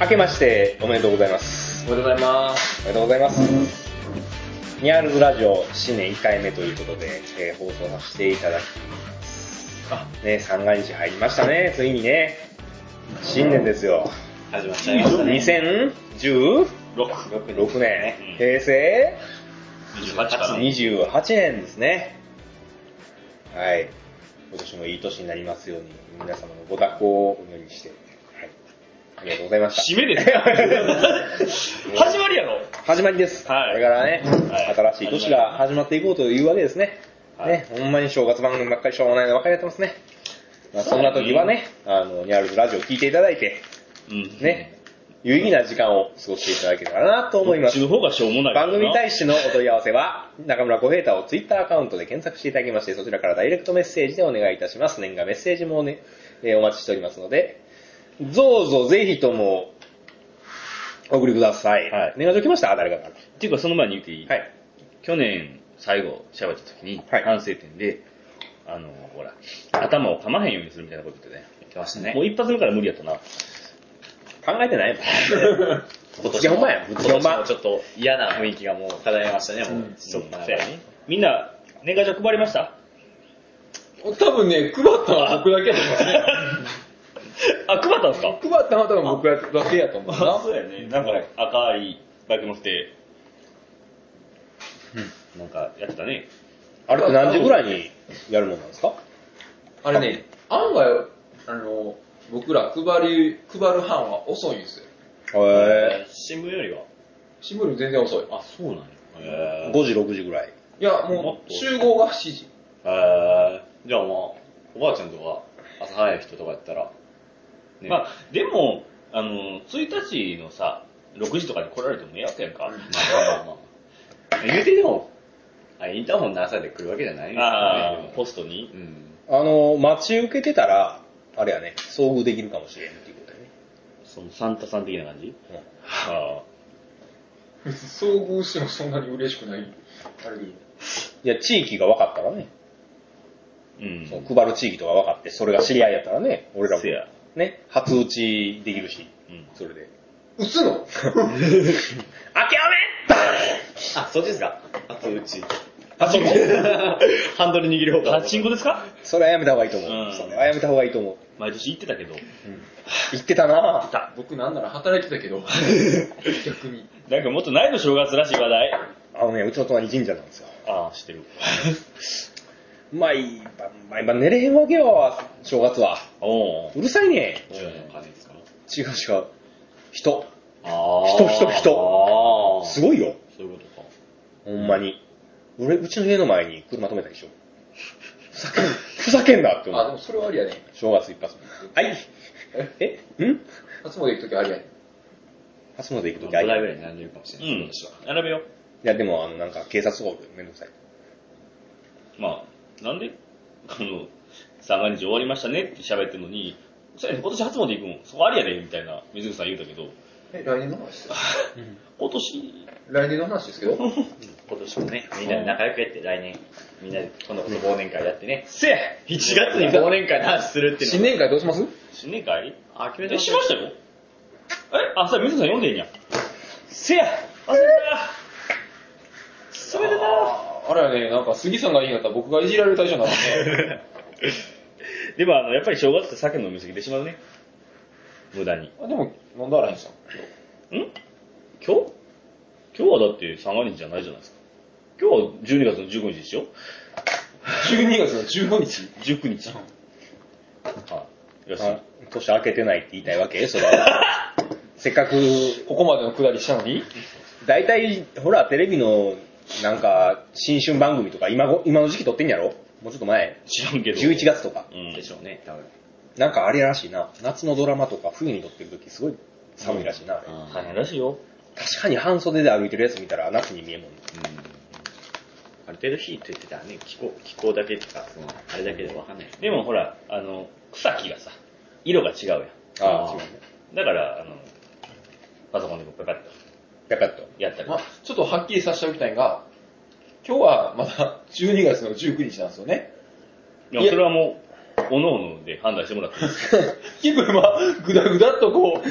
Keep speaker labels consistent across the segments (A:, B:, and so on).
A: 明けましておめでとうございます。
B: おめでとうございます。
A: おめでとうございます。ニャールズラジオ新年1回目ということで、えー放送させていただき
B: あ、
A: ね、三が日入りましたね、ついにね。新年ですよ。
B: 始まっちゃいましたね。
A: 2016
B: 6、
A: 年、
B: うん
A: 平成
B: 28から。
A: 28年ですね。はい。今年もいい年になりますように、皆様のご多幸をお祈りして、はい。ありがとうございました。
B: 締めですよ始まりやろ。
A: 始まりです。
B: はい
A: これからね、
B: はい
A: 新しい年が始まっていこうというわけですね。
B: はい
A: ね、ほんまに正月番組ばっかりしょうもないのばっかりやってますね。まあ、そんな時はね、あの、ニャルズラジオ聞いていただいて、
B: うん
A: ね。、有意義な時間を過ごしていただけたらなと思いま
B: こっち
A: す。
B: の方がしょうもないから
A: 番
B: な
A: 組に対してのお問い合わせは、中村小平太をツイッターアカウントで検索していただきまして、そちらからダイレクトメッセージでお願いいたします。年賀メッセージもね、えーお待ちしておりますので、どうぞぜひとも、お送りください。
B: はい
A: 年賀状来ました誰かから。
C: っていうか、その前に言っていい、
A: はい。
C: 去年、最後、喋った時に、
A: はい
C: 反省点で、あの、ほら、頭を噛まへんようにするみたいなこと言ってね。
B: 言ってましたね
C: もう一発目から無理やったな。
A: 考えてないもん。
B: 今
A: ぶっつけ本番やぶっ
B: 今
A: つけ本
B: 年
A: 番
B: もちょっと嫌な雰囲気がもう漂いましたね、もう。
C: そ
B: そうっ
C: か
B: か。
C: みんな、年賀状配りました。
D: 多分ね、配ったのは僕だけだと思いますね。
C: あ、配ったんですか
D: 配ったのは多分僕だけやと思う
C: あ
D: な。
C: そうやね。なんか赤いバイク乗せて、なんかやってたね。
A: あれって何時ぐらいにやるもんなんですか
D: あれね、案外、あの、僕ら配り、配る班は遅いんですよ。
A: へ
C: 新聞よりは。
D: 新聞より全然遅い。
C: あ、そうなんや。
A: えー。
C: へー
A: 5時、6時ぐらい。
D: いや、
C: も
D: も
C: っ
D: う、
C: と
D: 集合が7時。
C: へ
B: じゃあまあ、おばあちゃんとか、朝早い人とかやったら、
C: ーまあ、でも、あの、1日のさ、6時とかに来られても迷惑やんか。
B: まあまあまあ まあ。言うてでも、あインターホンの朝で来るわけじゃないんです
C: あ
B: よ
C: あ、ポストに
B: ね。うん。
A: あの、待ち受けてたら、あれやね、遭遇できるかもしれんっていうことやね。
C: そのサンタさん的な感じ、
A: うん
C: あ
D: 遭遇してもそんなに嬉しくない。あれで。
A: いや、地域が分かったらね、
C: ーうん。
A: その配る地域とか分かって、それが知り合いやったらね、俺らも
C: せや。
A: ね、初打ちできるし、
C: うん。
A: それで。
D: 打つの
A: あけ
B: あ、そっちですかあとうち。
A: おめあ、そう
B: ハンドル握る方
C: パ
B: が。
C: チンコですか
A: それはやめた方がいいと思
C: う
A: う。
C: ん
A: それはやめた方がいいと思う。
C: 毎年行ってたけど、
A: 言ってたなぁ。
D: 僕なんなら働いてた けど、逆に。
C: なんかもっとないの正月らしい話題。
A: あのね、うちの隣神社なんですよ。
C: ああ、知って る。
A: 毎晩、毎晩寝れへんわけよ、正月は。
C: おお。
A: うるさいね。
B: 親の金ですか
A: 違う違う。人。
B: ああ
A: 人人人
B: ああ。
A: すごいよ。
C: そういうことか。
A: ほんまに。俺、うちの家の前に車止めたでしょ。ふざけん、ふざけんなって思
D: あ、で
A: う。
D: もそれはありやね。
A: 正月一発目。はい。えん
D: 初詣行くときありやね。
A: 初詣行くときあ
B: 5
A: い。い
B: 台ぐらいに並んでるかもし
C: う
B: れない。
C: ん。並べよ
A: や、でも、あの、なんか警察とかめんどくさい。
C: う。まあ、なんで あの、三が日終わりましたねって喋ってるのに、そうやね今年初詣行くん、そこありやで、みたいな、水口さん言うたけど、
D: え、来年の話です
C: 今年、
D: 来年の話 ですけど。
B: 今年もね、みんなで仲良くやって、来年、みんなで今度こそ忘年会やってね。
C: せや
B: 1月に忘年会の話するっていう
D: 新
B: のは。
D: 年会どうします
C: 新年会
B: あ、決めて
C: え、
B: ます
C: しましたよえあ、さ、水口さん読んでんや。せや忘れた忘れてた
D: あれはね、なんか杉さんがいいんだったら僕がいじられる対象になるね。
C: でもあの、やっぱり正月って酒飲みすぎてしまうね。無駄に。ん
D: あでも、飲んだらへん さん。
C: 今日今日はだって三が日じゃないじゃないですか。今日は12月の15日でしょ
D: 12月の15日
C: ?19 日。はい。よし。
A: あ年明けてないって言いたいわけそれ は。せっかく、
D: ここまでのくだりしたのに
A: 大体、ほら、テレビの、なんか、新春番組とか、今ご、今の時期撮ってんやろもうちょっと前。
C: 知らんけど。
A: 11。月とか。
C: うん。
B: でしょうね、多分。
A: なんかあれらしいな。夏のドラマとか冬に撮ってる時すごい寒いらしいな、あれ
C: 大変らしいよ。
A: 確かに半袖で歩いてるやつ見たら夏に見えんもんね。
B: ある程度火って言ってたね、気候、気候だけとか、その、あれだけでわかんない。
C: でもほら、あの、草木がさ、色が違うやん。
A: ああ
C: だから、あの、パソコンでこうペカッと
A: ペカッと。
C: やったりと
D: まあ
C: か。、
D: ちょっとはっきりさせておきたいのが、今日はまだ12月の19日なんですよね。
C: いや、それはもう、おのおので判断してもらっていいです か
A: 結構今、ぐだぐだっとこ う、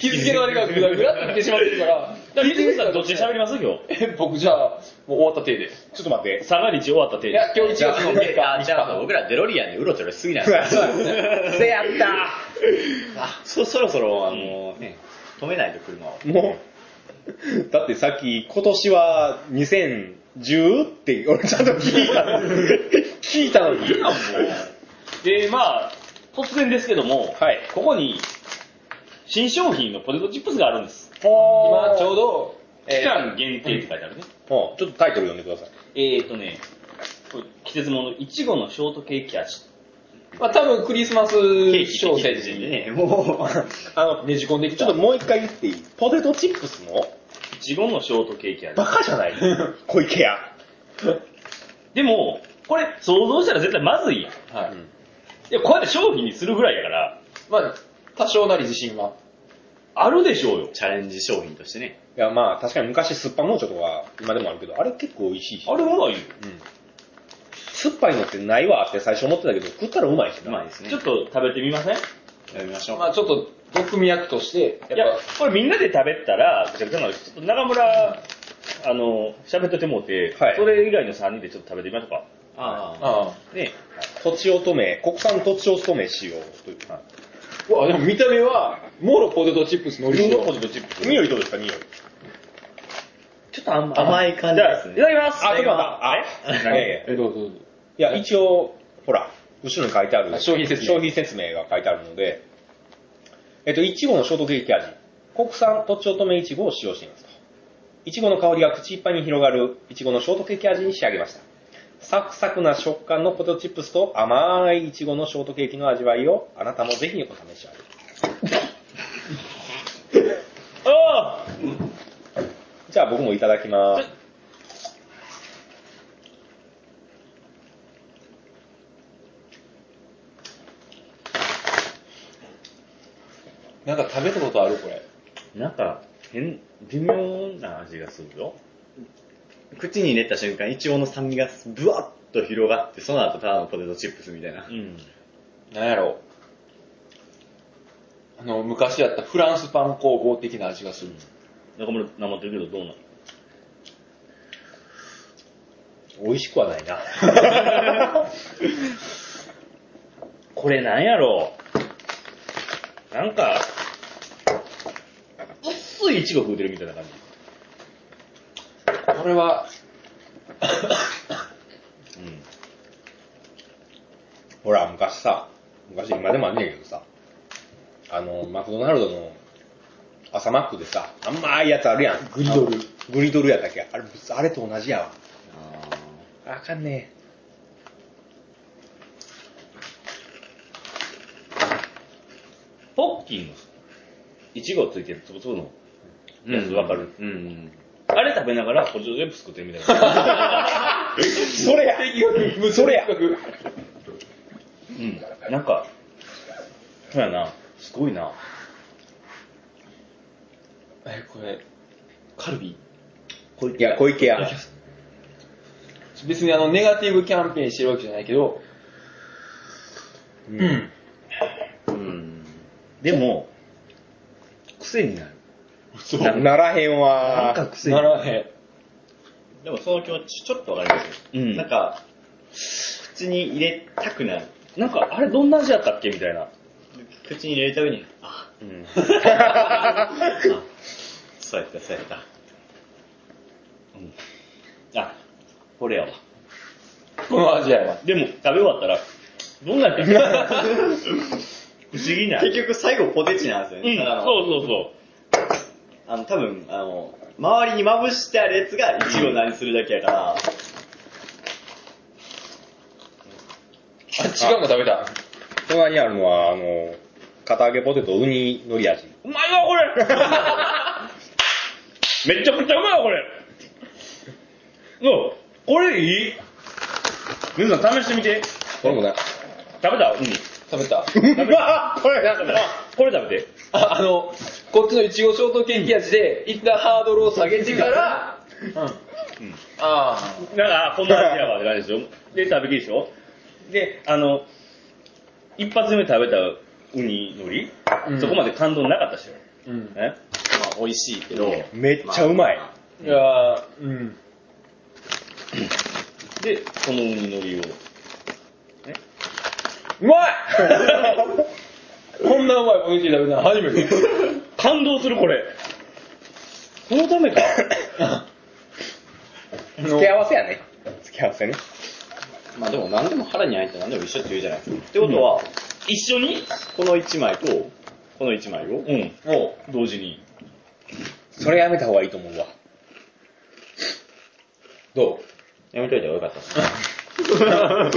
A: 日付のあれがぐだぐだっと来てしまってるから、
C: じゃあ、水口さんどっちで喋ります今日。
A: え僕じゃあ、もう終わった手で。ちょっと待って。
C: 下がり終わった程
A: い
C: 度。
A: や、今日1月
B: じゃ
A: の日
B: あ、じゃあ僕らデロリアンにうろちょろしすぎなんですよ。
A: せやった
B: あ、そ、そろそろ、あの、ね、止めないと車を。
A: もう、だってさっき、今年は2010って俺ちゃんと聞いた。聞いたのに。
C: で、まあ、突然ですけども、
A: はい
C: ここに、新商品のポテトチップスがあるんです。
A: 今
D: 今ちょうど、
C: 期間限定って書いてあるね。
A: ど、ちょっとタイトル読んでください。
C: えーとね、これ季節物のいちごのショートケーキ味。
D: まあ多分クリスマス
C: ケーキ
D: 小
C: ケー
D: 説
C: キ
D: に
C: でね、
B: もう、
A: あの、
D: ねじ込んでき
A: ち
D: た。
A: ょっともう一回言っていいポテトチップスの
C: いちごのショートケーキ味
A: バ。カじゃない小池屋。
C: でも、これ想像したら絶対まずいやん。
D: はい
A: うん
C: いや、こうやって商品にするぐらいやから、
D: まあ、多少なり自信は。
C: あるでしょうよ。
B: チャレンジ商品としてね。
A: いや、まあ、確かに昔、酸っぱもちょとかは今でもあるけど、あれ結構美味しいし。
C: あれはないよ。
A: うん。酸っぱいのってないわって最初思ってたけど、食ったらうまいし
B: う
A: な。
B: まいですね。
C: ちょっと食べてみません
B: やりましょう。
D: まあちょっと毒味役として、
C: いや
D: やっ、
C: これみんなで食べたら、ぐちゃぐちゃになるちょっと中村、あの、喋っといてもうて、
A: はい
C: それ以外の3人でちょっと食べてみましょうか。
B: あ
D: ぱ、
B: あ、
D: あ
C: ね。
A: とちおとめ、国産とちおとめ使用という。は
D: あ。わ、でも見た目は、モロポテトチップスのり
C: リンゴ
D: 塩
C: ポ。テトチップス。
A: 匂いどうですか、匂い。
C: ちょっと甘い。
B: 甘い感じ
C: じゃあ、
B: で
C: い
B: す
C: た
B: ね。
C: だきます。
A: あ、ちょっと
C: え
A: 待った。あ、ええ
D: え、どうぞどうぞ。
A: いや、一応、ほら、後ろに書いてある。
D: 商品説明
A: 商品説明が書いてあるので、えっと、いちごのショートケーキ味。国産とちおとめいちごを使用していますと。いちごの香りが口いっぱいに広がるいちごのショートケーキ味に仕上げました。サクサクな食感のポテトチップスと甘いいちごのショートケーキの味わいをあなたもぜひお試しあれ。
C: あ
A: じゃあ僕もいただきます。
D: なんか食べたことあるこれ。
C: ーなんか、変、微妙な味がするよ。
B: 口に入れた瞬間、イチゴの酸味がブワッと広がって、その後ただのポテトチップスみたいな
C: う。ん。
D: なんやろう。あの、昔やったフランスパン工房的な味がする。
C: 中村、なまってるけどどうなの
A: 美味しくはないな。
C: これなんやろうなんか、薄いイチゴ食うてるみたいな感じ。
D: これは、
C: うん。
A: ほら、昔さ、昔今でもあんねんけどさ、あの、マクドナルドの朝マックでさ、甘いやつあるやん。
D: グリドル。
A: グリドルやったっけあれ、あれと同じやわ。
B: あ
A: あかんね
C: ポッキーの、イチゴついてるつぶつぶの
B: ー
C: やつわかる、
B: うんうん。
C: あれ食べながら、ポテトチップス食ってるみたいな。
A: え。それやそれや
C: うん。なんか、そうやな。すごいな。
D: え、これ、カルビ
C: こい
A: いや、小池や。
D: 別にあの、ネガティブキャンペーンしてるわけじゃないけど、
A: う
D: う。ん。
B: うん。
C: でも、癖になる。
D: 嘘
A: なならへん
B: なん
A: わ
B: か癖に
D: ならへん。
C: でもその気持ち、ちょっとわかりますうん。な
B: な
C: ん
B: ん
C: か、
B: か、口に入れたくなる。
C: なんか、あれどんな味やったっけみたいな。
B: 口に入れるたびに、あ、
C: うん。
B: あ、そうやった、そうやった。
C: あ、これやわ。
D: この味やわ。
C: でも、食べ終わったら、どんな 味やったっけ不思議な。うん、
B: 結局最後ポテチなんですよね。ただの
C: そうそうそう。
B: あの、多分、あの、周りにまぶしてあるやつがイチゴの味するだけやから、
D: あ、違うの食べた。
A: 隣にあるのは、あの、片揚げポテトウニのり味。
C: うまいわ、これ めちゃくちゃうまいわ、これうん、これいい皆さん試してみて。
A: これもな。
C: 食べたうん。
D: 食べた。
A: うわこれなん
C: 食べたこれ食べて。
D: ああの、こっちのいちごショートケーキ味で、一旦ハードルを下げてから、うん。ああ。
C: なんか、あこんな味やわって感じでしょ。で、食べきりでしょ。で、あの、一発目食べたウニのり、
D: うん
C: そこまで感動なかったっしょ。
D: うん。
C: ね、
B: まあ、美味しいけど、
A: めっちゃうまい。
D: いやーうん。
C: で、そのウニのりを。
D: うまいこんなうまいポケチー食べたの初めて。
C: 感動するこれ。そのためか。
A: 付け合わせやね。付け合わせね。
B: まあでも何でも腹に入ったら何でも一緒って言うじゃないですか。ってことは、一緒にこの1枚と、この1枚を、
C: うん。
B: も
C: 同時に。
A: それやめた方がいいと思うわ。ど
B: うやめといた方がよかったっすね。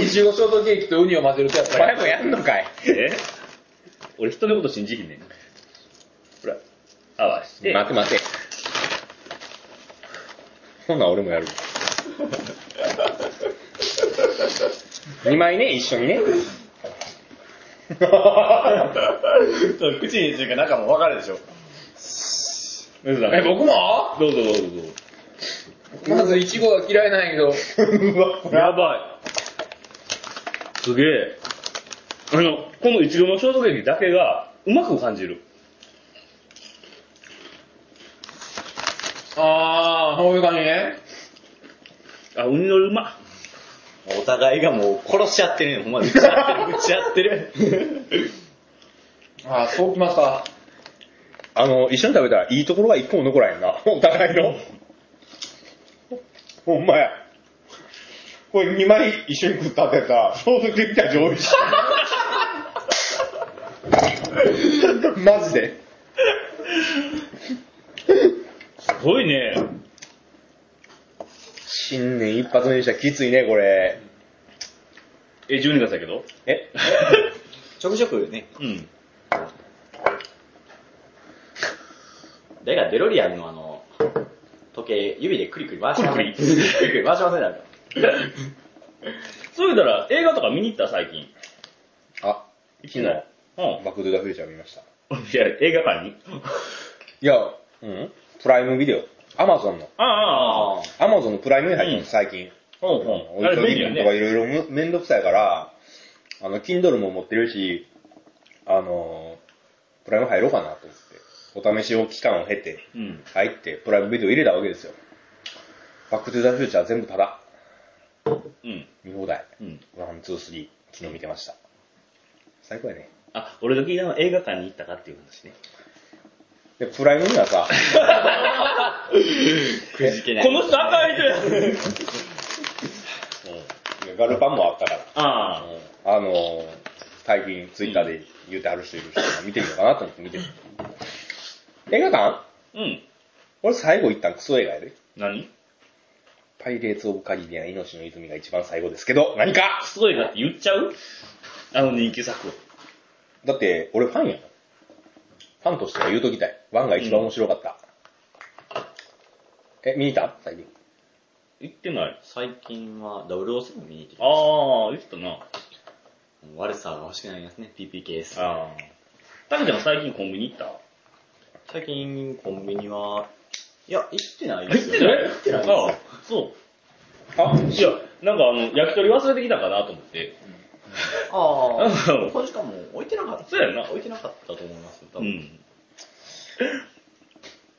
D: いちごショートケーキとウニを混ぜるとやっ
A: うお
D: ぱ
A: 前
D: り。
A: もやんのかい。
C: え俺人のこと信じきんねん。ほら、合わして。
A: 待て待て。ほな、俺もやる。2枚ね、一緒にね。
C: そう 口にするか中も分かるでしょ。どうぞ
D: え、僕も
C: どうぞどうぞどうぞ。
D: まずいちごが嫌いなんやけど。
C: やばい。すげえ。あの、このいちごのショートケーキだけが、うまく感じる。
D: あー、そういう感じね。
C: あ、ウニのりうま。
B: お互いがもう殺し合ってるね。ほんま、打ち合 ってる、打ち合ってる。
D: あー、そうきますか。
A: あの、一緒に食べたらいいところが一個も残らへんな。お互いの。ほんまや。これ2枚一緒に食ったってさ、ソースできたら上位しマジで。
C: すごいね。
A: 新年一発目にしたらきついね、これ。
C: え、12月だけど
A: え
B: ちょくちょくね、
C: うん。
B: 誰かデロリアンのあの、時計、指でクリクリ回しませ
C: クリ
B: ん。ク
C: クリ
B: リクリ回しません なんか。
C: そう言うたら、映画とか見に行った最近。
A: あ、
C: 行
A: 昨日、バ
C: うん。
A: ックドゥーダフューチャー見ました。
C: いや、映画館に。
A: いや、うんプライムビデオ。アマゾンの。
C: ああ、ああ、ああ。
B: あ
A: アマゾンのプライムに入ってます、最近。
C: ほうほ
A: 置
C: う。あ
A: い
C: れ
A: とい
C: 便
A: て
C: 利や
A: とか
C: ね。
A: いろいろむめんどくさいから、あの、Kindle も持ってるし、あの、プライム入ろうかなと思って、お試しを期間を経て、
C: うん。
A: 入って、プライムビデオ入れたわけですよ。バックトゥーザフューチャー全部ただ。
C: うん。
A: 見放題。
C: うん。
A: ワン、ツー、スリー、昨日見てました。最高やね。
C: あ、俺が聞いたのは映画館に行ったかっていう話ね。
A: で、プライムにはさ、
B: くじけない。
C: この人赤いて
A: ガルパンもあったから。
C: ああ。
A: あのー、最近ツイッターで言うてはる人いるし、見てみようかなと思って見てる。映画館
C: うん。
A: 俺最後行ったんクソ映画やで。
C: 何
A: パイレーツ・オブ・カリビアン、命の泉が一番最後ですけど、何か
C: クソ映画って言っちゃうあの人気作を。
A: だって、俺ファンやん。ファンとしては言うときたい。ワンが一番面白かった。え、見に行った最近。
C: 言ってない。
B: 最近は007見に行ってきまし
C: ああ、言ってたな。
B: たもう悪さが欲しくなりますね、PPKS。
C: ああ。タケちゃん最近コンビニ行った
B: 最近コンビニは、いや、行ってない
C: 行ってない
B: 行ってない
C: ああ、そう。
A: あ、
C: いや、なんかあの、焼き鳥忘れてきたかなと思って。
B: あ
C: うん
B: あ、この時間も置いてなかった。
C: そうやんな
B: 置いてなかったと思いますよ、多
C: う
B: 分。
C: ん。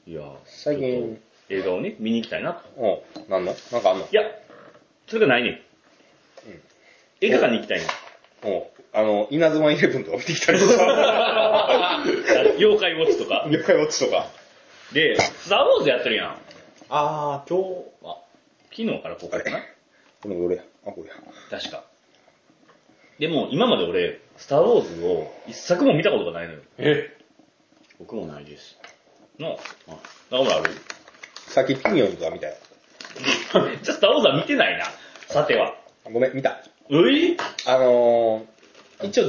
C: いや、
A: 最近、
C: 映画をね、見に行きたいなと。
A: うん、なんのなんかあんの
C: いや、それがないねん。
A: うん
C: 映画館に行き たいねん。
A: うん。あの、稲妻イレブンとか見てきたりと か、
C: 妖怪ウォッチとか。
A: 妖怪ウォッチとか。
C: で、スターウォーズやってるやん。
B: ああ、今日は、
C: 昨日から公開かな
A: これ俺や。あ、これや。
C: 確か。でも、今まで俺、スターウォーズを一作も見たことがないのよ。
A: え
B: 僕もないです。
C: の、中村ある
A: さっきピニョンズは見たよ。
C: じゃあ、スターウォーズは見てないな。さては。
A: ごめん、見た。
C: うい
A: あのー、一応、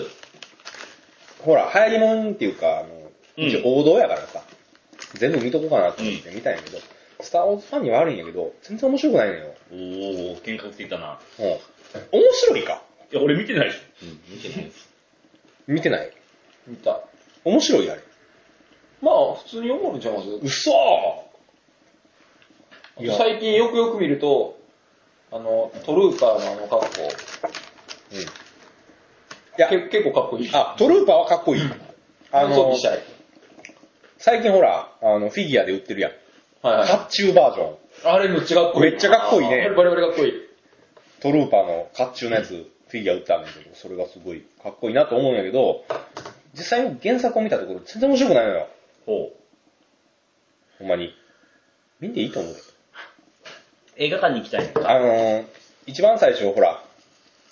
A: ほら、流行りもんっていうか、あの、
C: うん
A: 一応王道やからさ、全部見とこうかなと思って見たんやけど、スター・ウォーズファンには悪いんやけど、全然面白くないのよ。
C: おー、喧嘩ついたな。
A: うん。面白いか
C: いや、俺見てないでし
B: うん、見てないです。
A: 見てない。
D: 見た。
A: 面白いあれ。
D: まあ、普通に思うんちゃいます
A: 嘘いや
D: 最近よくよく見ると、あの、トルーパーのあの格好、
A: うん。や
D: け結構かっこいい。
A: あ、トルーパーはかっこいい。あ
D: 装備
A: の
D: し、たい。
A: 最近ほら、あの、フィギュアで売ってるやん。
D: はいはい。
A: 甲冑バージョン。
D: あれめっちゃかっこいい。
A: めっちゃかっこいいね
D: あバリバリかっこいい。
A: トルーパーの甲冑のやつ、フィギュア売ったんだけど、それがすごいかっこいいなと思うんやけど、実際に原作を見たところ全然面白くないのよ。
C: ほう。
A: ほんまに。見んでいいと思う。
C: 映画館に行きたい。
A: あのー、一番最初、ほら、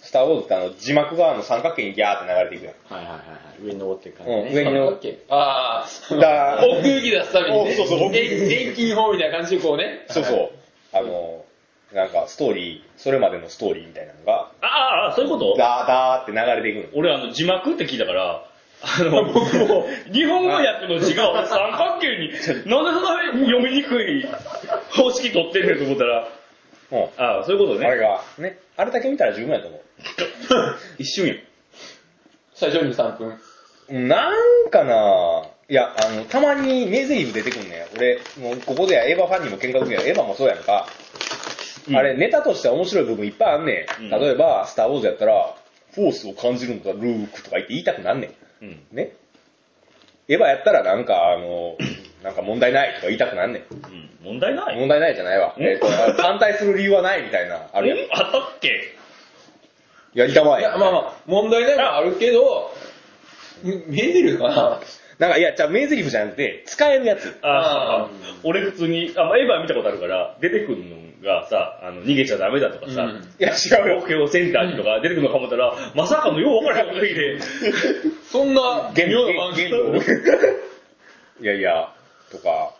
A: スターウォーズってあの、字幕があの三角形にギャーって流れていくやん。
B: はいはいはい。上に登っていく感じ
A: う
B: ね。
A: ん、上に
D: 三
A: の
D: 角、形ああ、
A: だ
D: 奥行き出すためにね。
A: おそうそう奥行き
D: 遠遠近法みたいな感じでこうね。
A: そうそう。あのー、なんかストーリー、それまでのストーリーみたいなのが、
C: あああ、そういうこと
A: ダーダーって流れていくの。
C: 俺あの字幕って聞いたから、あの、僕も、日本語訳の字が三角形に、なんでそんな読みにくい方式取ってんねんと思ったら、
A: うん。
C: ああ、そういうこと
A: あれ
C: ね。
A: が、ね、あれだけ見たら十分やと思う。
C: 一瞬や。
D: 最初に3分。
A: なんかないや、あの、たまに名台詞出てくんねん。俺、もうここではエヴァファンにも喧嘩売るけど、エヴァもそうやんか。
C: うん
A: あれ、ネタとしては面白い部分いっぱいあんね
C: うん
A: ん。例えば、スターウォーズやったら、フォースを感じるのだ、ルークとか言って言いたくなんねん。
C: うん。
A: ね。エヴァやったらなんか、あの、なんか問題ないとか言いたくなんねん。
C: うん。問題ない
A: 問題ないじゃないわ。
C: うん
A: えっと、反対する理由はないみたいな、あるやん。
C: うんあったっけ
A: やりたま
D: い
A: え。
D: や、まあまあ、問題ないのはあるけど、み見えてるかな
A: なんか、いや、じゃあ名台詞じゃなくて、使えるやつ。
C: ああ
D: ああ、
C: 俺普通に、あ、まあ、エヴァ見たことあるから、出てくるのがさ、あの、逃げちゃダメだとかさ、
D: うん
A: いや、違うよ。
C: 東京センターにとか出てくるのか思ったら、まさかのよう分からへんこと言うて
D: そんな、
A: 言
D: 妙
A: 語
D: な番組
A: 言語 いやいや、とか、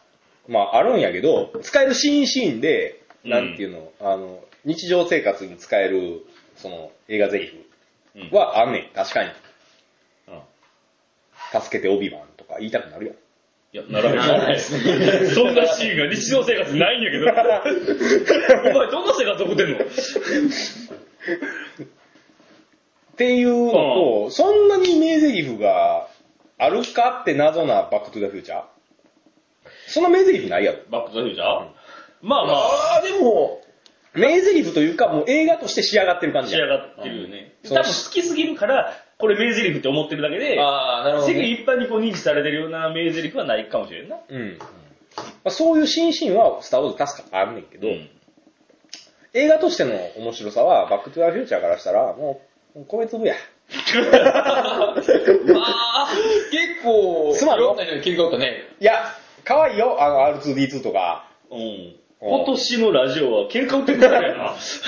A: まああるんやけど、使えるシーンシーンで、
C: うん
A: なんていうの、あの、日常生活に使える、その、映画台
C: うん
A: 詞はあんねん、確かに。
C: うん
A: 助けてオビワンとか言いたくなるよ。
C: いや、ならない。 そんなシーンが日常生活ないんや けど。お前、どんな生活送ってんの
A: っていうのと、そんなに名台詞があるかって謎なバックトゥザフューチャーそんな名台詞ないやろ。
C: バックトゥザフューチャーまあまあ、
D: ああ、でも、
A: 名台詞というか、もう映画として仕上がってる感じ
C: 仕
A: や
C: 上がってるよね。
A: うん
C: 多分好きすぎるから、これ名台詞って思ってるだけで、
D: ああ、なるほど
C: 世
D: ね、
C: 間一般にこう認知されてるような名台詞はないかもしれんな。
A: うん。まあ、そういうシーンシーンは、スター・ウォーズ確かあんねんけど、
C: うん
A: 映画としての面白さは、バック・トゥ・ザ・フューチャーからしたら、もう、もう米粒や。
D: まあ、結構、
A: すまん
D: い
A: の
D: ろんな人に喧嘩打ったね。
A: いや、可愛いよ、あの、R2D2 とか。
C: うん。
A: うん
C: 今年のラジオは喧嘩売ってるからや な。し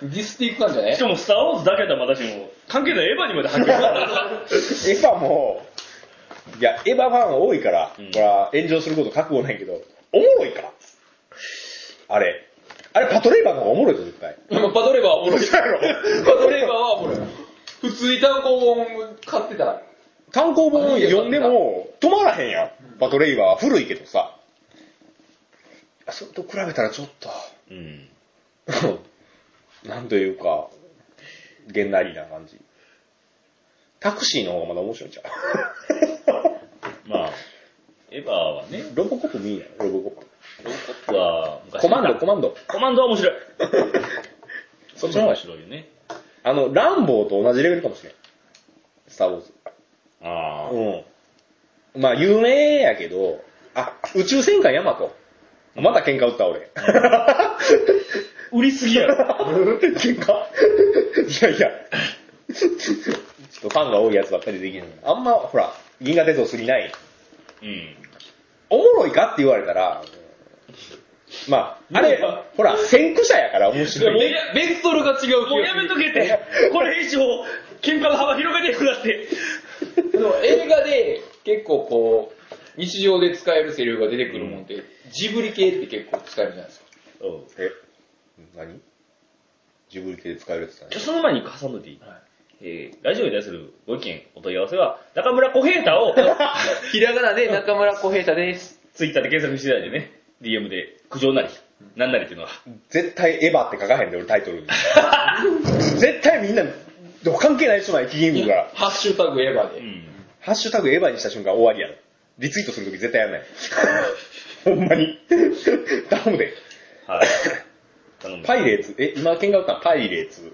D: ディスっていく感じゃない
C: かも、スター・ウォーズだけだまだしも、関係ないエヴァにまで発見
A: エヴァも、いや、エヴァファン多いから、
C: うん
A: ほら、炎上すること覚悟ないけど、おもろいから。あれ。あれ、パトレーバーの方がおもろいと絶 対。
D: まあパドレーバーはおもろい。
A: そうやろ
D: パドレーバーはおもろい。普通に単行本買ってたら。
A: 単行本読んでも止まらへんやん。バトレイバーは古いけどさ。それと比べたらちょっと、
C: うん。
A: なんというか、げんなりな感じ。タクシーの方がまだ面白いんちゃ う
C: まあ、エヴァはね、
A: ロボコップ見いやろ、ロボコッ
C: ロボコップは
A: プ。
C: 昔
A: コマンド、コマン ド。
C: コマンドは面白い。
A: そっちの方が
C: 面、白いよね。
A: あの、ランボーと同じレベルかもしれん。スターウォーズ。
C: ああ。
A: うん。まあ、有名やけど、あ、宇宙戦艦ヤマト。また喧嘩打った、俺。
C: 売りすぎやろ。
A: 喧嘩いやいや。ちょっとファンが多いやつばっかりできるあんま、ほら、銀河鉄道すぎない。
C: うん。
A: おもろいかって言われたら、まあ、あれ、ほら、先駆者やから面白い。
D: ベベクトルが違う気がする
C: もうやめとけって。これ以上、喧嘩の幅広げてくだって。
D: でも映画で結構こう、日常で使えるセリフが出てくるもんって、ジブリ系って結構使えるじゃないですか。
A: え、何ジブリ系で使えるやつじゃない
C: その前に挟んどいていい、
D: はい
C: えー、ラジオに対するご意見、お問い合わせは、中村小平太 を
D: ひらがなで中村小平太です。
C: ツイッターで検索していただいてね、DM で苦情なり、なんなりっていうのは。
A: 絶対エヴァって書かへんで、俺タイ トルに。絶対みんな、関係ない人ない、機嫌見るから。
D: ハッシュタグエヴァ
C: う
D: で。
C: ん。
A: ハッシュタグエヴァにした瞬間終わりやろ。リツイートするとき絶対やん ない。ほんまに。頼むで。
C: はい。頼む。
A: パイレーツ、え、今喧嘩打ったのパイレーツ、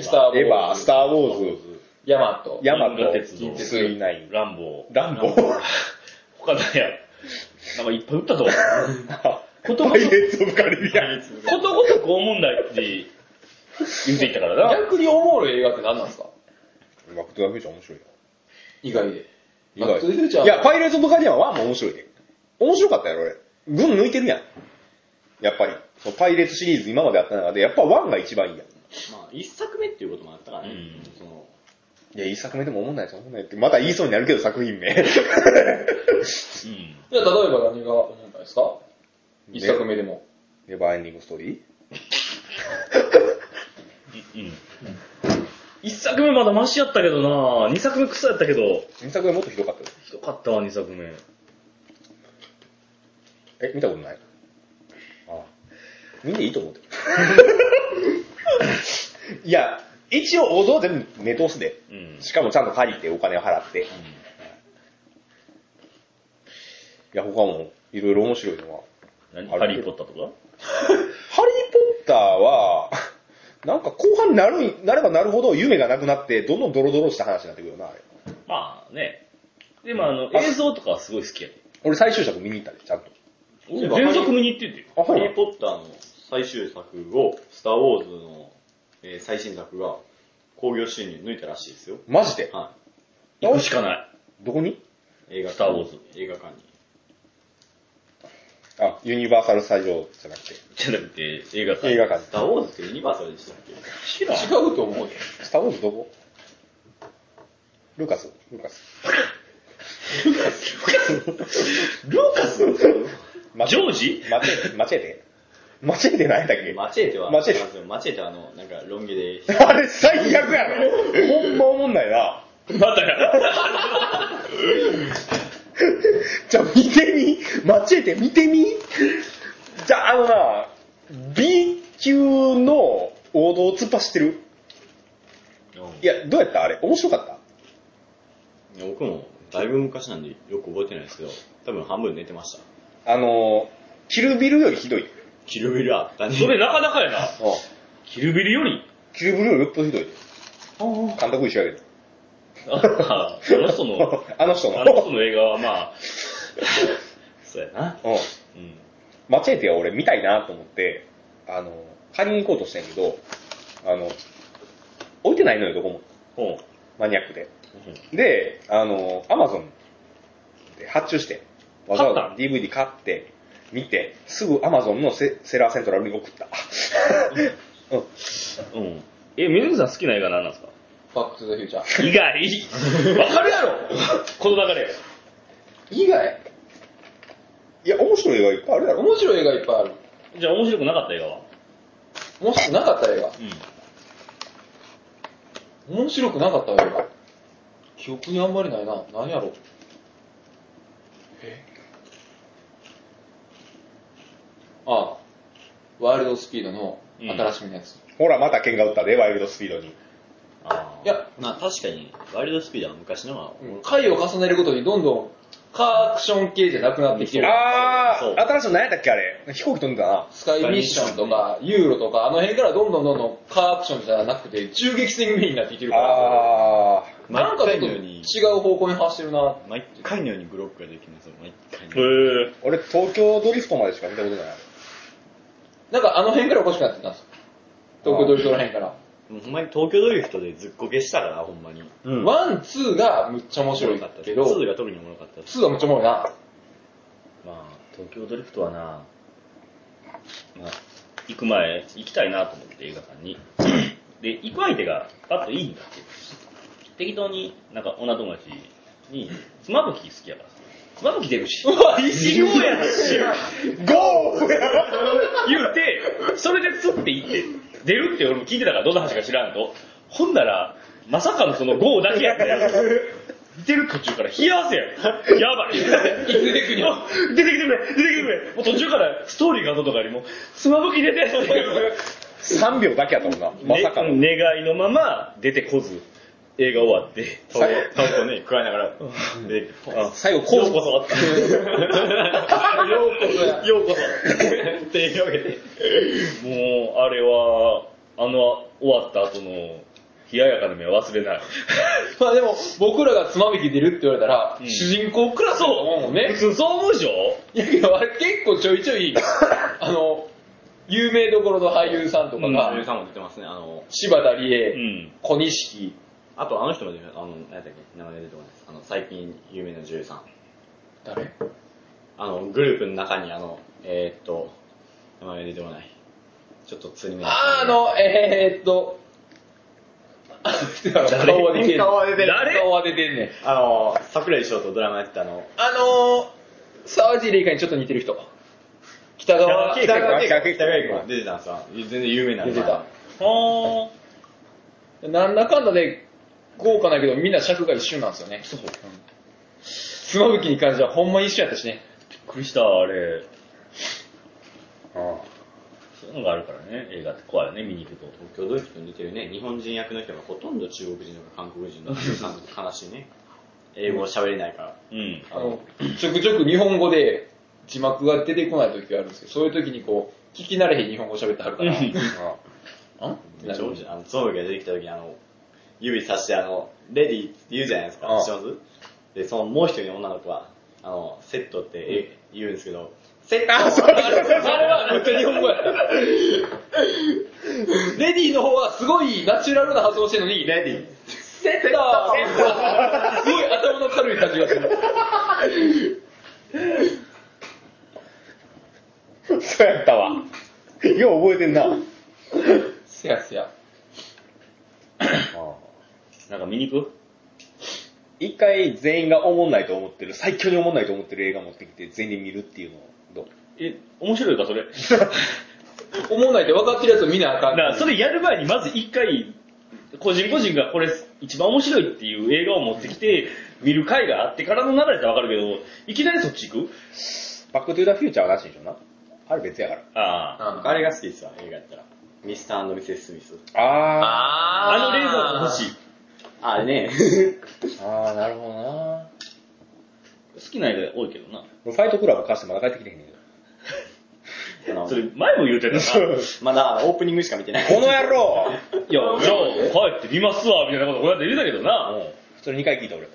D: スター・
A: エヴァ、スターウォーズ、
D: ヤマト。
A: ヤマ
C: 銀河
A: ト、
C: 鉄道
A: 銀鉄いない。
C: ランボー。
A: ランボー
C: 他なんや。なんかいっぱい打 ったと思う。こと
A: パ
C: ご
A: イ
C: と
A: レーツ・オブ・カリビアン。
C: く、ことごとく大問題って言うていったからな。
D: 逆におもろい映画って何なんですか
A: バック・トゥ・ザ・フューチャー面白いよ。
D: 意外で。
A: 意
D: バッ
A: 外
D: クトゥザフューチャー
A: いや、パイレーツ・オブ・カリビアンはもう面白いで。面白かったやろ、俺。群抜いてるやん。やっぱり。そうパイレーツシリーズ今まであった中で、やっぱ1が一番いいやん。
B: まあ、一作目っていうこともあったからね。
C: うん
B: その
A: いや、いい作目でも思んないと思んないって、また言いそうになるけど、作品 名。
C: うん。
D: じゃあ、例えば何が思ったんですか一作目でも。
A: ネバーエンディングストーリー
C: うん。一作目まだマシやったけどな二作目クソやったけど、
A: 二作目もっとひどかったよ。
C: ひどかったわ、二作目。
A: え、見たことないああ。見んでいいと思って る。いや、一応王道は全部ネトスで。
C: うん。
A: しかもちゃんと借りてお金を払って。いや、他もいろいろ面白いのは。
C: 何
A: ある
C: ハリーポッターとか
A: ハリー・ポッターは、なんか後半になるん、なればなるほど夢がなくなって、どんどんドロドロした話になってくるよな、あれ。
C: まあね。でもあの、
A: あ
C: 映像とかはすごい好きやで。
A: 俺最終作見に行ったで、ちゃんと。
B: そういえば
C: 原作見に行ってんだよ。
A: あ、
B: ハ
A: は
B: リー・
A: い。
B: ポッターの最終作を、スター・ウォーズの、えー最新作が、興行収入抜いたらしいですよ。
A: マジで。
B: は
C: 行くしかない。
A: どこに
B: い。映画館に
C: スターウォーズ。
B: 映画館に。
A: あ、ユニバーサル・スタジオじゃなくて、
C: じゃなくて、映画館。
A: 映画館
B: ス。ター・ウォーズってユニバーサルでしたっけ
C: 知らん
D: 違うと思うで。
A: スター・ウォーズどこルーカス、ルーカス。
C: ルーカス
A: 間違
C: ジョージ
A: 間違えて、間違えて。間違えてないだっけ
B: マチェーテは、
A: マチェーテ
B: なんですよマチェーテはあの、なんか、ロン毛で、
A: あれ最悪やろほんま思んないな。
C: またや。
A: じゃあ見てみ間違えて見てみじゃああのな、B 級の王道を突っ走ってる。いや、どうやったあれ面白かった
B: 僕も、だいぶ昔なんで、よく覚えてないですけど、多分半分寝てました。
A: あの、キルビルよりひどい。
B: キルビルあったね。
C: それなかなかやな。
A: うん
C: キルビルより。
A: キルビルよりよっぽどひどい。監督一緒やけど。
C: ああの人の、
A: あの人の。
C: あの人の映画はまあ、そうやな。
A: うん。
C: うん。
A: 間違えては俺見たいなと思って、あの、借りに行こうとしてんけど、あの、置いてないのよ、どこも。
C: ほう。
A: マニアックで。で、あの、アマゾンで発注して、わざわざ DVD 買って、見て、すぐアマゾンのセセラーセントラルに送った。 うん。
C: うん。え、水口さん好きな映画何なんですか
D: バックトゥザフューチャー。
C: 意外。わかるやろこの流れ。
D: 以外
A: いや、面白い映画いっぱいあるやろ。
D: 面白い映画いっぱいある。
C: じゃあ面白くなかった映画は
D: 面白くなかった映画。
C: うん。
D: 面白くなかった映画。記憶にあんまりないな。何やろう。えああ、ワイルドスピードの新しみのやつ。
A: ほら、また喧嘩打ったで、ワイルドスピードに。
B: あー
D: いや、
B: まあ確かに、ワイルドスピードは昔のは、
D: 回を重ねるごとにどんどんカーアクション系じゃなくなってきてる。
A: あ
B: そう
A: ー、新しいの何やったっけ、あれ。飛行機飛んでたな。
D: スカイミッションとか、ユーロとか、あの辺からどんどんどんどんカーアクションじゃなくて、銃撃戦メインになってきてるから、
A: あー。
D: なんかちょっと
B: 毎回のよ
D: 違
B: うに
D: う方向に走ってるな。
B: 毎回のようにブロックができるんですよ、毎回のように。
C: へえ。
A: 俺、東京ドリフトまでしか見たことない。
D: なんかあの辺からおかしくなってたんですよ。東京ドリフトの辺から。
B: もうほんまに東京ドリフトでずっこけしたから、ほんまに。
A: う
D: ワン、ツーがむっちゃ面白い
B: かった
D: け
B: け
D: ど、
B: ど、
D: ツ
B: 2が特におもろかったです。
D: ーはむっちゃおもろいな。
C: まあ、東京ドリフトはな、まあ、行く前、行きたいなと思って映画館 に。で、行く相手がパッといいんだって。適当に、なんか女友達 に、妻夫木好きやからさ。妻夫木出るし。うわ、一郎やな
A: ゴー
C: 言うて、それで釣って行って、出るって俺も聞いてたから、どんな話か知らんと。ほんなら、まさかのそのゴーだけやったやつ。出る途中から冷や汗やん。やばい。出てくるよ。出てきてくれ、出てきてくれ。もう途中からストーリーがどうとかよりも、スマブキ出てっていう。
A: !3 秒だけやったもんな。まさかの。
C: ね願いのまま出てこず、映画終わって。
B: タバコね、食わいながら、で、
C: あ
A: 最後、
C: よ
A: こ
C: うこそ。
D: ようこそや。
C: ようこそ。手広げて。もう、あれは、あの、終わった後の、冷ややかな目は忘れない。
D: まあでも、僕らがつまみき出るって言われたら、
C: うん
D: 主人公クラスだと思うもんね
C: 普。通そう思うでしょ
D: いやけど、あれ結構ちょいちょい、あの、有名どころの俳優さんとかが、
B: 女優さんも出てますね。あの、
D: 柴田理
C: う
D: 恵、
C: ん。
D: 小錦、
B: あとあの人も出てます。あの、何やったっけ名前出てこないです。あの、最近有名な女優さん。
D: 誰
B: あの、グループの中にあの、えー、っと、名前出てこない。ちょっと釣り目
D: あーあ、の、えー、っと、顔は出てんねん。
B: 顔は出てんねん
D: 誰顔は出てんねん。
B: あの、桜井翔とドラマやってたあの、
D: あのー、沢尻理香にちょっと似てる人。北川
A: 北川景子
B: 北川景子が出てたんですよ。全然有名なん
D: 出
B: で
D: てた。
C: は
D: なんだかんだで、豪華だけど、みんな尺が一緒なんですよね。そう。つまぶきに関してはほんま一緒やったしね。
C: ー。びっくりした、あれ。
A: あ
C: そういうのがあるからね、映画って怖いよね、見に行くと。
B: 東京ドイツと似てるね、日本人役の人がほとんど中国人とか韓国人の韓国悲しいね。英語喋れないから。
C: うん。
D: あの、ちょくちょく日本語で字幕が出てこない時があるんですけど、そういう時にこう、聞き慣れへん日本語喋ってはるから、
C: うん
A: あ
D: あん
B: めっちゃ面白い。あの、つまみが出てきた時にあの、指さしてあの、レディーって言うじゃないですか。
A: ああ
B: 知ってますで、そのもう一人の女の子は、あの、セットってえ言うんですけど、セット
D: あれはめっちゃ日本語やった。レディーの方はすごいナチュラルな発音してるのに、
B: レディー。
D: セッターすごい頭の軽い感じがする。
A: そうやったわ。よう覚えてんな。あ
D: せやせや。
A: あ
C: なんか見に行く
A: 一回全員が思んないと思ってる、最強に思んないと思ってる映画持ってきて全員で見るっていうのをどう
C: え、面白いか、それ。
D: 思わないで分かってるやつを見なあか
C: だ
D: ん。
C: からそれやる前にまず一回、個人個人がこれ一番面白いっていう映画を持ってきて、見る回があってからの流れってわかるけど、いきなりそっち行く
A: バックトゥーザフューチャーはなしでしょな。あれ別やから。
C: ああ。
D: あ
B: あれが好きですわ、映画やったら。ミスターミセス・スミス。
A: あ
D: あ
C: あの冷蔵庫欲し
D: い。
C: い。
B: あれね。
A: ー。ああ、なるほどな。
C: 好きな映画多いけどな。
A: ファイトクラブ貸してまだ帰ってきてへんねんけど。
B: あの
C: それ前も言うてたな。
B: まだオープニングしか見てない。
A: この野郎
C: いや、じゃあ帰って見ますわ、みたいなことこうやって言うたけどな。
A: うん。それ2回聞いた俺。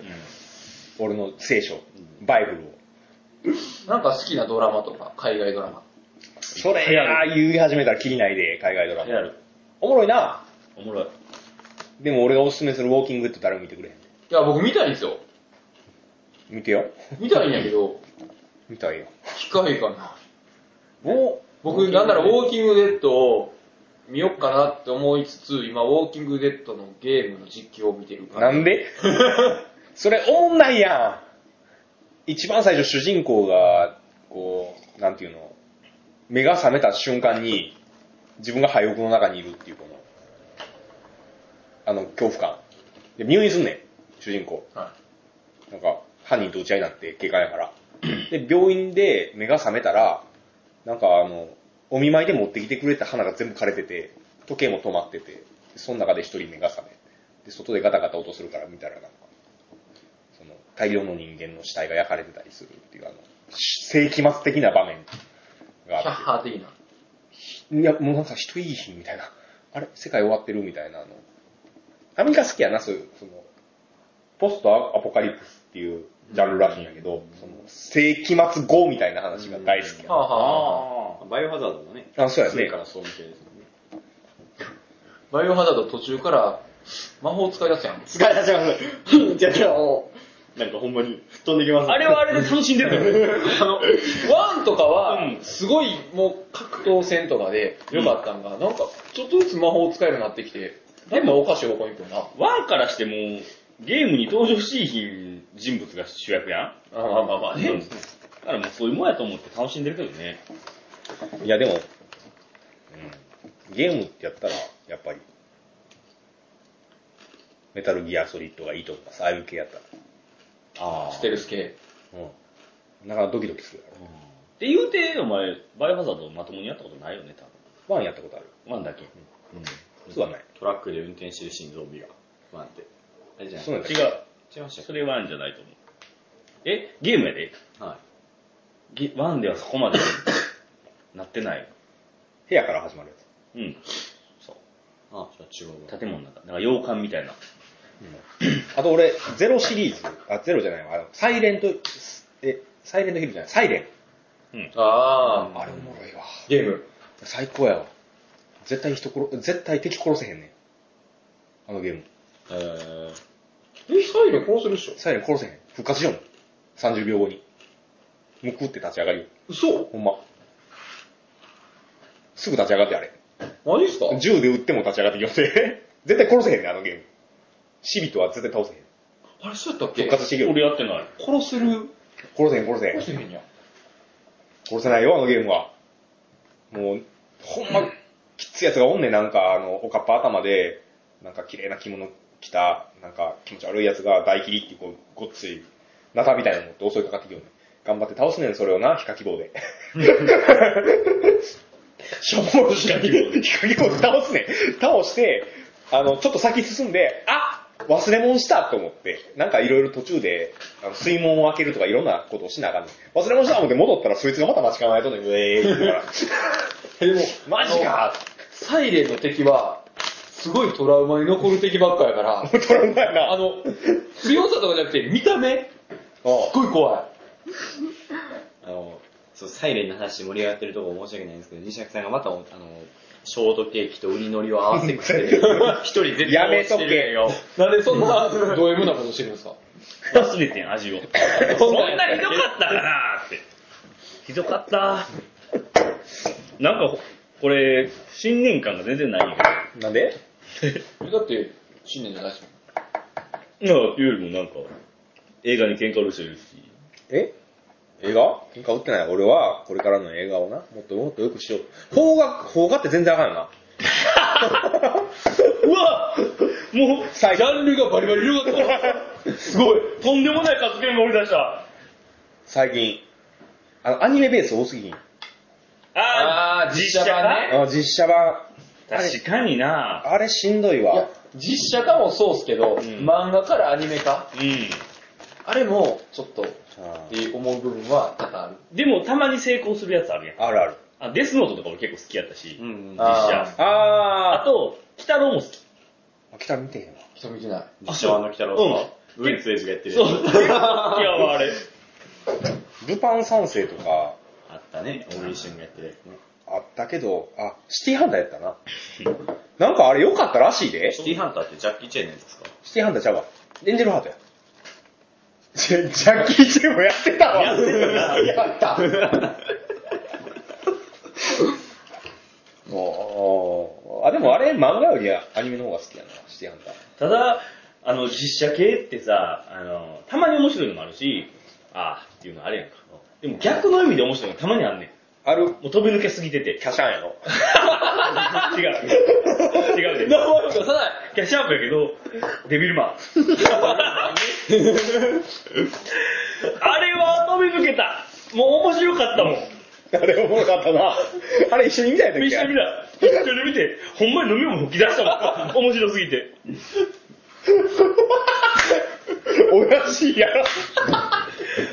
A: 俺の聖書、バイブルを。
D: なんか好きなドラマとか、海外ドラマ。
A: それやー言い始めたら切りないで、海外ドラ
C: や
A: マ。
C: る。
A: おもろいな。
C: おもろい。
A: でも俺がおすすめするウォーキングって誰も見てくれへん。
D: いや、僕見たいんですよ。
A: 見てよ。
D: 見たいんやけど、
A: 見たいよ。
D: 控えかな。
A: お
D: 僕、なんならウォーキングデッドを見よっかなって思いつつ、今、ウォーキングデッドのゲームの実況を見てる感じ。
A: なんでそれおもんないやん。一番最初主人公が、こう、なんていうの、目が覚めた瞬間に、自分が廃屋の中にいるっていうこの、あの、恐怖感。で、入院すんねん、主人公。
D: は
A: なんか、犯人と打ち合いになって、警官やから。で、病院で目が覚めたら、なんかあの、お見舞いで持ってきてくれた花が全部枯れてて、時計も止まってて、その中で一人目が覚め。で、外でガタガタ音するから見たらなんか、その、大量の人間の死体が焼かれてたりするっていう、あの、世紀末的な場面
D: い。キ
A: が
D: ャッ
A: あ
D: ハー的な。
A: って、いや、もうなんか人いい日みたいな、あれ世界終わってるみたいな、あの、アメリカ好きやな、そういう、その、ポストアポカリプスっていうジャンルらしいんやけど、その、世紀末後みたいな話が大好きやな
D: はあ、はあ、
B: ああ、バイオハザードもね。
A: あ、そうや
B: それ
A: ね
B: か。らそうみたいですもんね。
D: バイオハザード途中から魔法使い出すやん。
B: 疲れ出します。じゃあ、じゃあもう、なんかほんまに、吹っ飛んできます。
C: あれはあれで楽しんでる
D: あ の、ワンとかは
C: う、ん
D: すごいもう格闘戦とかでよかったんが、なんか、ちょっとずつ魔法使えるようになってきて、でもおかしい方向に行くよな。
C: のよ。ワンからしても、ゲームに登場しい人物が主役やん。
D: あまあまあまあね
C: うんだからもうそういうもんやと思って楽しんでるけどね。
A: いや、でも、うん、ゲームってやったら、やっぱり、メタルギアソリッドがいいと思います。ああいう系やったら。
B: あ
D: ステルス系。
A: うん。なかなかドキドキするやろ。
C: って言うて、お前、バイオハザードまともにやったことないよね、多
A: ワンやったことある。
C: 分。ワンだけ。
A: そうはない。
B: トラックで運転してる心臓ビが。まあって。あれじゃない
A: そうなんだ
C: 違
A: っけ。
C: う。
B: 違いました
C: そ
B: よ。
C: れワンじゃないと思う。え、ゲームやで
B: は
C: ゲワンではそこま でなってない。
A: 部屋から始まるやつ。
C: うん。そう。
B: あ、じゃあ違うわ。
C: 建物の中。なんか洋館みたいな。
A: あと俺、ゼロシリーズ、あ、ゼロじゃないわ、あのサイレント、え、サイレントヒルじゃない、サイレン。
D: あ
A: あれおもろいわ。
D: ー、ゲーム。
A: 最高やわ。絶対人殺、絶対敵殺せへんねん。あのゲーム。
B: えー、
D: え、サイレンこうするっしょ
A: サイレン殺せへん。復活しようもん。30秒後に。むくって立ち上がりよ。
D: 嘘
A: ほんま。すぐ立ち上がってあれ。
D: マジっすか
A: 銃で撃っても立ち上がってきよって。 絶対殺せへんねん、あのゲーム。シビトは絶対倒せへん。
D: あれそうやったっけ
A: 復活してきよる。
C: 俺やってない。
D: 殺せる
A: 殺せへん、殺せへん
D: 殺。せへんやん。
A: 殺せないよ、あのゲームは。もう、ほんま、きついやつがおんねん、なんか、あの、おかっぱ頭で、なんか綺麗な着物着た、なんか気持ち悪いやつが大切りっていう、こう、ごっつい、ナタみたいなの持って襲いかかってきようねん。頑張って倒すねん、それをな、ヒカキ棒で。しょぼろヒカキ棒で。ヒカキ棒で倒すねん。倒して、あの、ちょっと先進んで、あ忘れ物したと思って、なんかいろいろ途中で、あの水門を開けるとかいろんなことをしなあかんねん。忘れ物したと思って戻ったら、そいつがまた待ち構えとんねん。うえーって言うから。
D: えでも、
A: マジか
D: あのサイレンの敵は、すごいトラウマに残る敵ばっかや から、
A: トラウマやな。
D: あの、強さとかじゃなくて、見た目、すっごい怖い。
B: あの、そう、サイレンの話盛り上がってるとこ申し訳ないんですけど、西崎さんがまた、あの、ショートケーキとウニのりを合わせて食 ってる
C: 一人絶対
A: やめとけ
C: 忘れるよ。
D: なんでそんな、ド M なことしてるんですか
C: 忘れてん、 味を。そんなひどかったかなって。ひどかった。なんか、これ、新年感が全然ないんや
A: なんで
D: えだって、新年じゃないし。
C: けど。なんか、よりもなんか、映画に喧嘩売る人いるし。
A: え映画喧嘩売ってない。俺は、これからの映画をな、もっともっと良くしよう。邦画、邦画って全然あかんよな。
C: うわもう、
A: 最
D: ジ
A: 近、
D: ャンルがバリバリ広がった。
C: すごい。とんでもない発言が降り出した。
A: 最近、あの、アニメベース多すぎひん。
D: あー実写版ね
A: あの実写版、
C: 確かにな
A: あれしんどい
D: いや
A: わ。、
D: 実写化もそうっすけど、漫画からアニメ化、
C: うん。
D: あれも、ちょっと、っ
A: あ
D: て思う部分は多々ある。
C: でも、たまに成功するやつあるやん。
A: あるある。
C: あ、デスノートとか俺結構好きやったし。
B: うんうん
C: 実写
D: あ。
C: あ
A: あ
C: と、北郎も好き。
A: ー、北見てへんわ。
D: 人見てない。
B: 実写版の北郎とか、
C: うん
B: ウエンツエイジがやってる
C: そ
B: や
C: う。
B: つ
C: いや、あれ。
A: ルパン三世とか、
B: あったね、オール一緒にやってるやつね。
A: あったけど、あ、シティハンターやったな。なんかあれ良かったらしいで。
B: シティハンターってジャッキー・チェーンのやつですか
A: シティハンターちゃうわ。エンジェルハートや。ジャジャッキー・チェンもやってたわ。
D: やった
A: おーあ、でもあれ、漫画よりアニメの方が好きやな、シティハンター。
C: ただ、あの、実写系ってさ、あの、たまに面白いのもあるし、あーっていうのあれやんか。でも逆の意味で面白いのたまにあんねん。
A: ある、
C: もう飛び抜けすぎてて。
A: キャシャンやろ。
C: 違う。違うで。
D: 名前を出さない
C: キャシャープやけど、デビル マン。あれは飛び抜けた。もう面白かったもん。
A: あれおもろかったな。あれ一緒に見たやったっけ
C: 一緒に見た。一緒に見て、ほんまに飲み物吹き出した もん。面白すぎて。
A: おかしいやろ。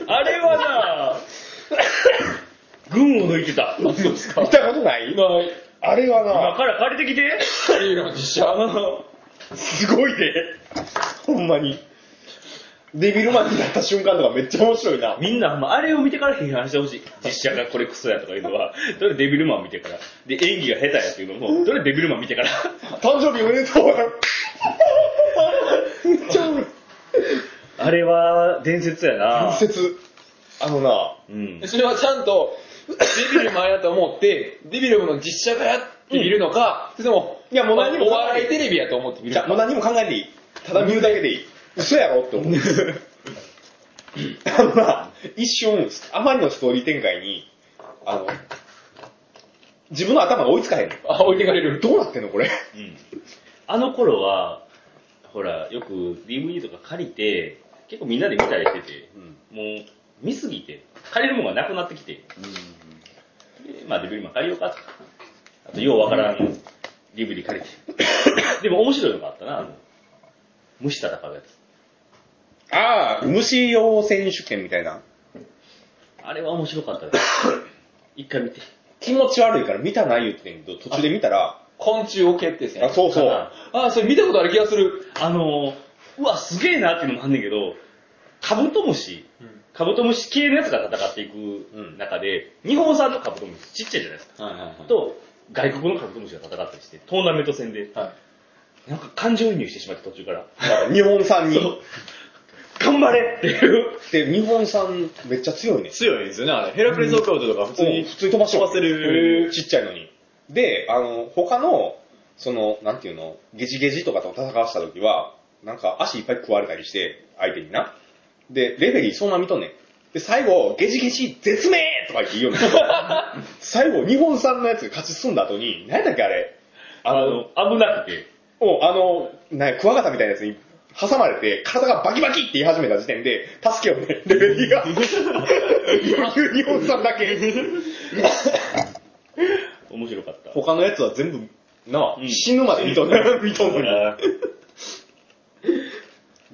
C: あれはな群を抜いてた。今
D: そうですか
A: 見たことない
D: ない。
A: あれは
C: から借りてきて。
D: 映画の実 写。
A: な、すごいで。ほんまに。デビルマンになった瞬間とかめっちゃ面白いな。
C: みんなほんま、あれを見てから批判してほしい。実写がこれクソやとかいうのは、どれデビルマン見てから。で、演技が下手やっていうのも、どれデビルマン見てから。
A: 誕生日おめでとう めっちゃおもろい
C: あれは伝説やな
A: 伝説。あのな、
C: うん。
D: それはちゃんと、デビルマンやと思って、デビルマンの実写化やって見るのか、それとも、
A: いやもう何も
D: お笑いテレビやと思って見
A: じ
D: る
A: ゃあも
D: の
A: う
D: か。
A: 何も考えていい。ただ見るだけでいい。嘘やろって思う。あのな、一瞬、あまりのストーリー展開に、あの、自分の頭が追いつかへんの。
D: あ、置いてかれる。
A: どうなってんのこれ。
C: うんあの頃は、ほら、よく DVD とか借りて、結構みんなで見たりしてて、もう見すぎて、借りるものがなくなってきて、でまあデビルマン借りようかとか、あとようわからん DVD 借りて。でも面白いのがあったな、あの、虫戦うやつ。
A: ああ、虫用選手権みたいな。
C: あれは面 白かったです。一回見て。
A: 気持ち悪いから見たない言ってんけど、途中で見たら、
D: 昆虫を決定戦。
A: あ、そうそう。
D: あ、それ見たことある気がする。
C: あのー、うわ、すげえなっていうのもあんねんけど、カブトムシ、カブトムシ系のやつが戦っていく中で、日本産のカブトムシちっちゃいじゃないですか。
B: はいはいはい。
C: と、外国のカブトムシが戦ったりして、トーナメント戦で、
D: は
C: なんか感情移入してしまって途中から、
A: だから日本産に。
C: 頑張れっていう。
A: で、日本産めっちゃ強いね。
B: 強いんですよね、あれ。ヘラクレスオクロードとか普通
A: うん
B: に
A: 普通に飛ばし
B: 飛ばせる
A: へーちっちゃいのに。で、あの、他の、その、なんていうの、ゲジゲジとかと戦わせた時は、なんか足いっぱい食われたりして、相手にな。で、レフェリーそんな見とんねん。で、最後、ゲジゲジ絶命とか言って言うの。 最後、日本産のやつが勝ち進んだ後に、何やったっけあれ。あ
C: あ
A: の、
C: の、危なくて、
A: もうあの、なんやクワガタみたいなやつに挟まれて、体がバキバキって言い始めた時点で、助けをね、レベリー が。日本産だけ。
C: 面白かった。
A: 他のやつは全部、なあ、
C: うん
A: 死ぬまで見とんの見とんのに。
C: あ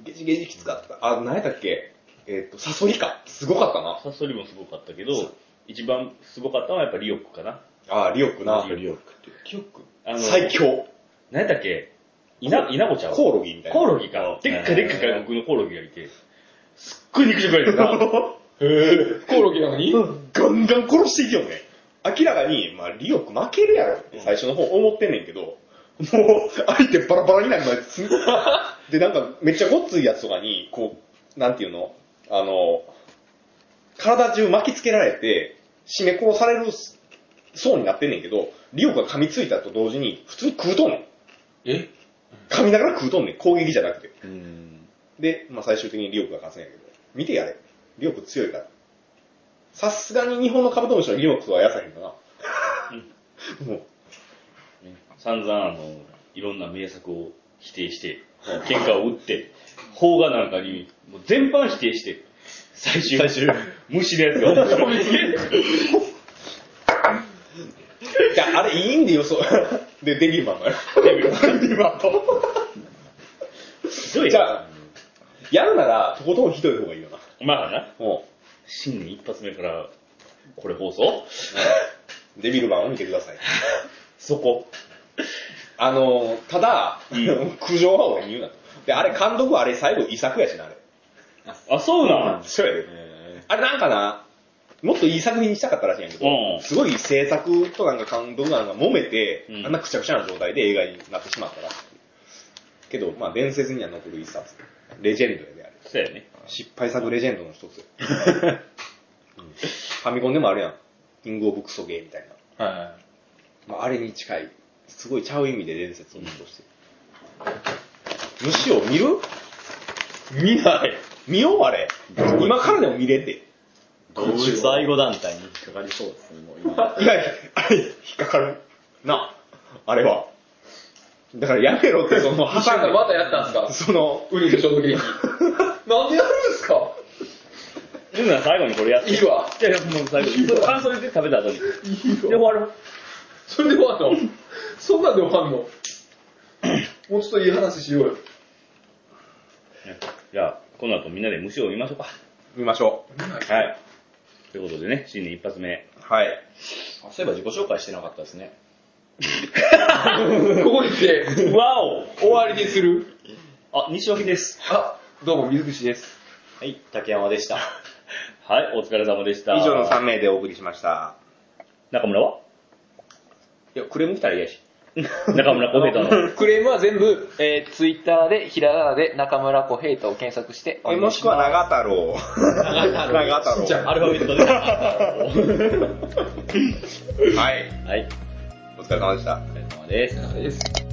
A: ゲジゲジきつかった。あ、何やったっけえっ、と、サソリか。すごかったな。
C: サソリもすごかったけど、一番すごかったのはやっぱリオックかな。
A: あー、リオックな。
B: リオックって。
A: リオック
C: あの
A: 最強。
C: 何やったっけ稲稲子ちゃん
A: コオロギみたいな。
C: コオロギか。でっかでっか外国のコオロギがいて、すっごい肉食やれてた。
D: コオロギなのに、
A: ガンガン殺していくよね。明らかに、まあ、リオック負けるやろって最初の方思ってんねんけど、もう、相手バラバラになるまでつで、なんか、めっちゃごっついやつとかに、こう、なんていうのあの、体中巻きつけられて、締め殺されるそうになってんねんけど、リオックが噛みついたと同時に、普通に食うとんねん。
D: え
A: 噛みながら食うとんねん。攻撃じゃなくて。
B: うん。
A: で、まあ、最終的にリオクが勝つんやけど、見てやれ。リオク強いから。さすがに日本のカブトムシのリオクとはやさへんかな。もう、
C: 散々、あの、いろんな名作を否定して、喧嘩を打って、邦画なんかに、もう全般否定して、最終、最終、虫のやつが面白い
A: いや、あれいいんでよ、そう。 で、デビューマンもやる。デビューマンと。
C: ひどい
A: じ
C: な。
A: ゃあ、やるなら、とことんひどい方がいいよな。
C: まあな、
A: も
C: 新年一発目から、これ放送
A: う、デビルマンを見てください。
C: そこ。
A: あの、ただ、
C: うん
A: 苦情は俺に言うなと。で、あれ、監督あれ最後遺作やしな、あれ。
C: あ、そうなん。
A: そうやで。
B: え
A: あれなんかな、もっといい作品にしたかったらしいんやけど、
C: うん
A: すごい制作となんか監督なんか揉めて、
C: うん
A: あんなくちゃくちゃな状態で映画になってしまったらしい。けど、まあ伝説には残る一冊。レジェンドやで、あれ。
C: そうやね。
A: 失敗作レジェンドの一つ よ。うんファミコンでもあるやん。キングオブクソゲーみたい
D: は
A: な。まああれに近い。すごいちゃう意味で伝説を残してる。虫を見る見ない。見ようあれ。今からでも見れて。
B: 動物愛護団体に引っかかりそうですね、もう今。
A: いや、あれ、引っかかる。な、あれは。だからやめろって、 その、
D: い。
A: 挟んで
D: またやったんすか
A: その、
D: ウルフ衝撃 劇。なんでやるんすか
C: ルナ最後にこれやって。
D: いいわ。
C: いやいや、もう最後に。感想言って食べた後に。
D: いい
C: で、終
D: わ。
C: わる。
D: それで終わん のそんなんで終わんのもうちょっといい話しようよ。
C: じゃあ、この後みんなで虫を見ましょうか。
A: 見ましょう。
C: はい。ということでね、新年一発目。
A: はい。
B: あそういえば自己紹介してなかったですね。
D: ここに来 て、
C: わお
D: 終わりにする。
C: あ、西脇です。
D: あ、どうも、水口です。
B: はい、竹山でした。
C: はい、お疲れ様でした。
A: 以上の3名でお送りしました。
C: 中村はい
A: や、クレーム来たら嫌やし。
C: 中村小平太 の。
D: クレームは全部、えー、ツイッターで、ひらがなで中村小平太を検索して、
A: えもしくは長太郎。 長
B: 太郎
A: 長太郎。
B: アルファベット で。は
A: はい。
B: い、
A: お疲れ様でした。
B: お疲れ様です。
D: です。